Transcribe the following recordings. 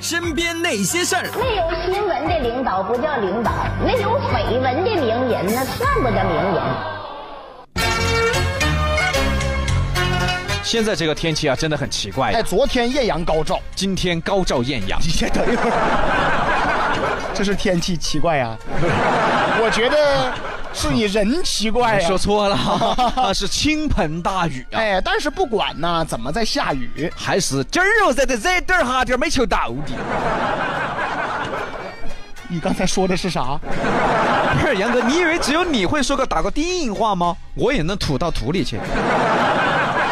身边那些事儿。没有新闻的领导不叫领导，没有绯闻的名人那算不叫名人。现在这个天气啊，真的很奇怪呀、哎，昨天艳阳高照，今天高照艳阳，你先等一会儿， 这是天气奇怪呀、我觉得是你人奇怪呀、说错 了啊，是倾盆大雨啊，哎，但是不管呢怎么在下雨，还是今儿我在这这点儿哈点儿没求到的。你刚才说的是啥？不是杨哥，你以为只有你会说个打个低音话吗？我也能吐到土里去，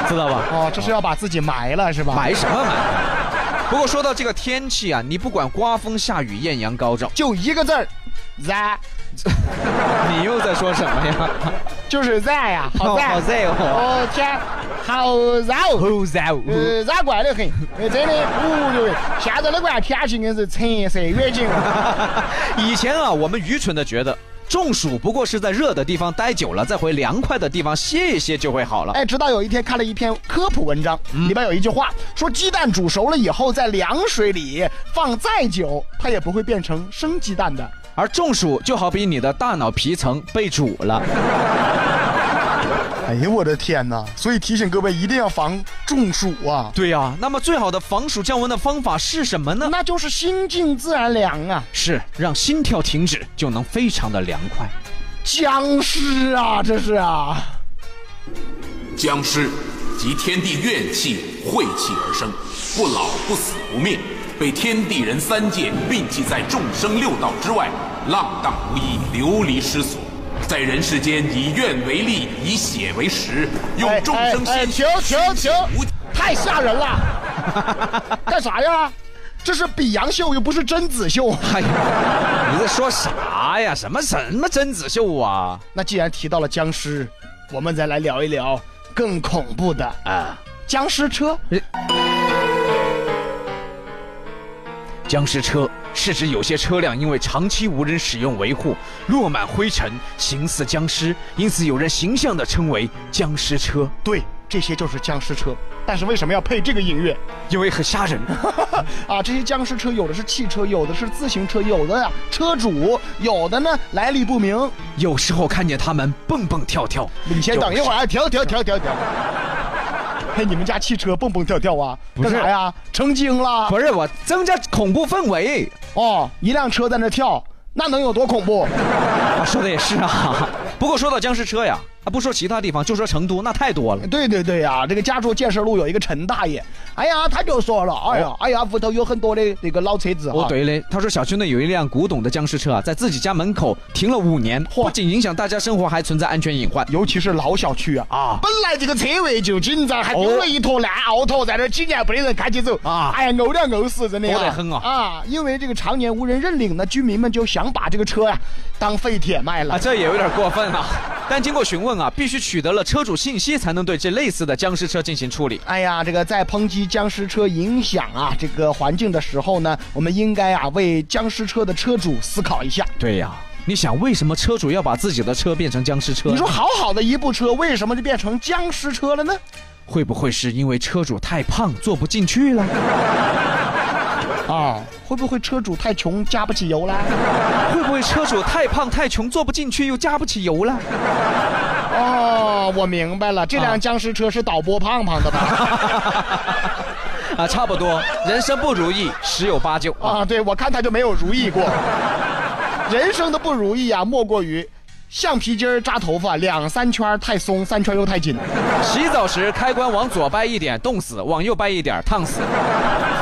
知道吧？哦，这是要把自己埋了是吧？买什么买？不过说到这个天气啊，你不管刮风下雨、艳阳高照，就一个字儿，在，你又在说什么 呀？就是在呀、好在，哦好在哦哦天，好热，哦在哦呃，热怪得很，呃真的，哦呦喂，现在那个天气硬是橙色预警。以前啊，我们愚蠢的觉得中暑不过是在热的地方待久了，再回凉快的地方歇一歇就会好了。哎，直到有一天看了一篇科普文章，里边有一句话说，鸡蛋煮熟了以后，在凉水里放再久，它也不会变成生鸡蛋的。而中暑就好比你的大脑皮层被煮了。哎呀，我的天哪！所以提醒各位一定要防中暑啊！对呀、那么最好的防暑降温的方法是什么呢？那就是心静自然凉啊！是让心跳停止，就能非常的凉快。僵尸啊，这是啊！僵尸集天地怨气晦气而生，不老不死不灭，被天地人三界摒弃在众生六道之外，浪荡无依，流离失所，在人世间以怨为力，以血为食，用众生哎哎哎鲜血停停停无！太吓人了， 干啥呀？这是比杨秀，又不是贞子秀。哎呀，你在说啥呀？什么什么贞子秀啊？那既然提到了僵尸，我们再来聊一聊更恐怖的啊，僵尸车。僵尸车是指有些车辆因为长期无人使用维护，落满灰尘，形似僵尸，因此有人形象地称为僵尸车，对，这些就是僵尸车。但是为什么要配这个音乐？ 因为很吓人。 啊，这些僵尸车有的是汽车，有的是自行车，有的呀车主，有的呢来历不明。有时候看见他们蹦蹦跳跳，你先等一会儿。儿，啊，停停停停停。嘿，你们家汽车蹦蹦跳跳啊？不是干啥呀？成精了？不是我增加恐怖氛围，哦，一辆车在那跳，那能有多恐怖？啊、说的也是啊。 不过说到僵尸车呀，啊不说其他地方，就说成都那太多了。对对对呀、这个家住建设路有一个陈大爷，哎呀，他就说了，哎呀，哎呀，屋头有很多的那个老车子啊。哦，对嘞，他说小区内有一辆古董的僵尸车啊，在自己家门口停了五年，嚯不仅影响大家生活，还存在安全隐患。尤其是老小区啊啊本来这个车位就紧张，还丢了一坨烂奥拓，在那儿几年不得人开起走啊哎呀，呕的呕死，真的呀多得很啊啊，因为这个常年无人认领呢，居民们就想把这个车呀、当废铁卖了。啊，这也有点过分了。 但经过询问啊，必须取得了车主信息，才能对这类似的僵尸车进行处理。哎呀，这个在抨击僵尸车影响啊这个环境的时候呢，我们应该啊为僵尸车的车主思考一下。对呀、你想为什么车主要把自己的车变成僵尸车？你说好好的一部车，为什么就变成僵尸车了呢？会不会是因为车主太胖坐不进去了？啊，会不会车主太穷加不起油了？会不会车主太胖太穷坐不进去又加不起油了？哦，我明白了，这啊辆僵尸车是导播胖胖的吧？啊，差不多，人生不如意十有八九啊。啊，对，我看他就没有如意过。人生的不如意啊，莫过于橡皮筋儿扎头发，两三圈儿太松，三圈儿又太紧。洗澡时开关往左掰一点冻死，往右掰一点烫死。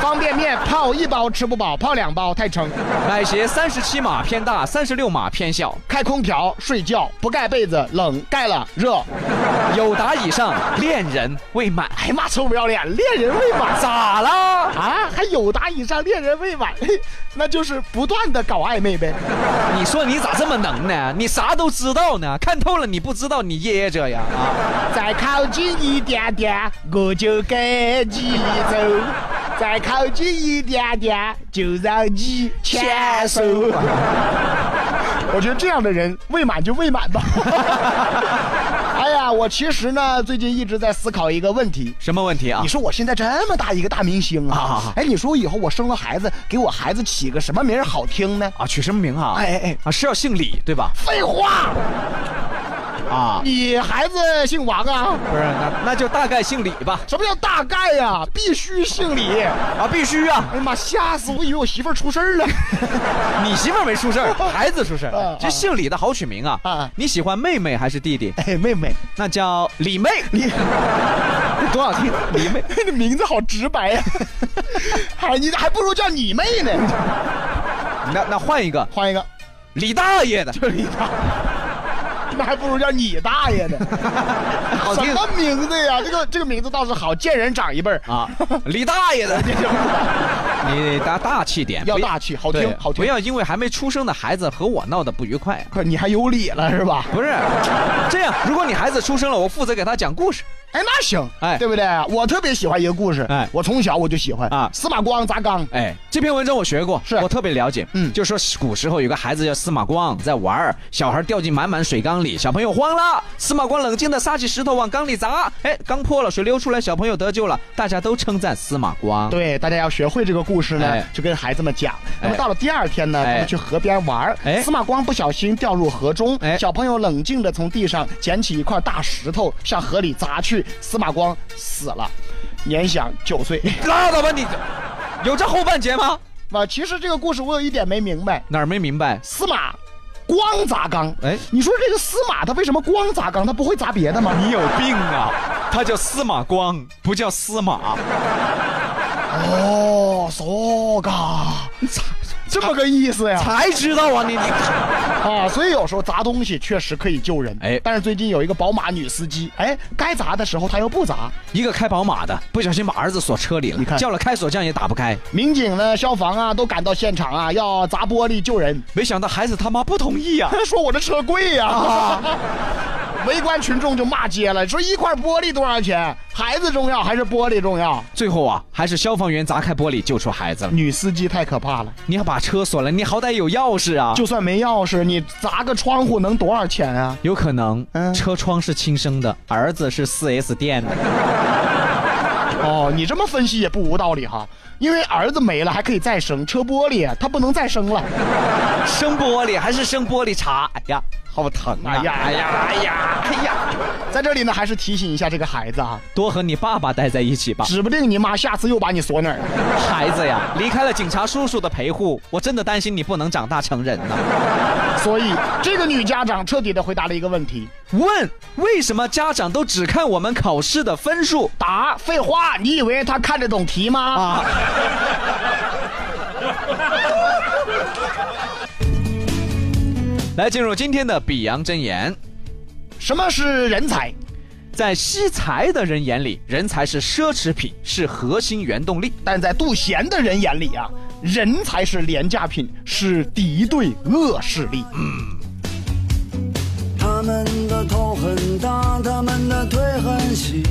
方便面泡一包吃不饱，泡两包太撑。买鞋三十七码偏大，三十六码偏小。开空调睡觉不盖被子冷，盖了热。有答以上，恋人未满。哎呀妈，臭不要脸，恋人未满。咋啦？啊，还有达以上恋人未满，嘿那就是不断的搞暧昧呗。你说你咋这么能呢？你啥都知道呢？看透了你不知道，你掖着呀啊！再靠近一点点，我就跟你走；再靠近一点点，就让你牵 手。 我觉得这样的人未满就未满吧。哎呀，啊，我其实呢最近一直在思考一个问题。什么问题啊你？说我现在这么大一个大明星啊啊，哎，你说以后我生了孩子，给我孩子起个什么名儿好听呢？啊，取什么名啊？哎哎哎啊，是要姓李对吧？废话，啊，你孩子姓王啊？不是，那那就大概姓李吧。什么叫大概呀、必须姓李。啊，必须啊！哎呀妈，吓死我！以为我媳妇儿出事 儿了。你媳妇儿没出 事儿，孩子出事啊儿。这姓李的好取名啊啊。你喜欢妹妹还是弟 弟？哎，妹妹，那叫李妹，你多好听，李妹。 你名字好直白呀、还你还不如叫你妹呢。那那换一个换一个，李大爷的，就你大，那还不如叫你大爷呢。好什听么名字呀？这个这个名字倒是好，见人长一辈儿。啊，李大爷的。 你大大气点， 要不大气好听对好听不要因为还没出生的孩子和我闹得不愉快啊。快，你还有理了是吧？不是，这样，如果你孩子出生了，我负责给他讲故事。哎，那行，哎，哎对不对？我特别喜欢一个故事，哎哎，我从小我就喜欢啊啊，司马光砸缸，哎，这篇文章我学过，是我特别了解。嗯嗯，就说古时候有个孩子叫司马光，在玩儿，小孩掉进满满水缸里，小朋友慌了，司马光冷静的撒起石头往缸里砸，哎，缸破了，水流出来，小朋友得救了，大家都称赞司马光。对，大家要学会这个故事呢哎，就跟孩子们讲。那么哎到了第二天呢，他哎们去河边玩儿哎司马光不小心掉入河中，哎小朋友冷静的从地上捡起一块大石头向河里砸去，司马光死了，年享九岁。 拉倒吧你，有这后半截吗？啊，其实这个故事我有一点没明白，哪儿没明白？司马光砸缸，哎哎，你说这个司马他为什么光砸缸？他不会砸别的吗？你有病啊！他叫司马光，不叫司马。哦，so 嘎， 这么个意思呀？才知道啊你你。 啊，所以有时候砸东西确实可以救人。哎哎，但是最近有一个宝马女司机，哎，该砸的时候她又不砸。一个开宝马的不小心把儿子锁车里你看了，叫了开锁匠也打不开，民警呢、消防啊都赶到现场啊，要砸玻璃救人。没想到孩子他妈不同意 啊。说我这车贵呀、啊围观群众就骂街了，说一块玻璃多少钱？孩子重要还是玻璃重要？最后啊，还是消防员砸开玻璃救出孩子了。女司机太可怕了，你要把车锁了，你好歹有钥匙啊。就算没钥匙，你砸个窗户能多少钱啊？有可能嗯，车窗是亲生的，儿子是 4S 店的。哦，你这么分析也不无道理哈，因为儿子没了还可以再生，车玻璃他不能再 生了。生玻璃还是生玻璃碴？哎呀，好疼啊！哎呀哎呀，哎呀，哎呀！在这里呢，还是提醒一下这个孩子啊，多和你爸爸待在一起吧，指不定你妈下次又把你锁哪儿了。孩子呀！离开了警察叔叔的陪护，我真的担心你不能长大成人呢。所以这个女家长彻底的回答了一个问题：问为什么家长都只看我们考试的分数？答废话，你以为他看得懂题吗？啊。 来，进入今天的比洋真言。什么是人才？在惜才的人眼里，人才是奢侈品，是核心原动力。但在杜贤的人眼里啊，人才是廉价品，是敌对恶势力。他们的头很大，他们的腿很细，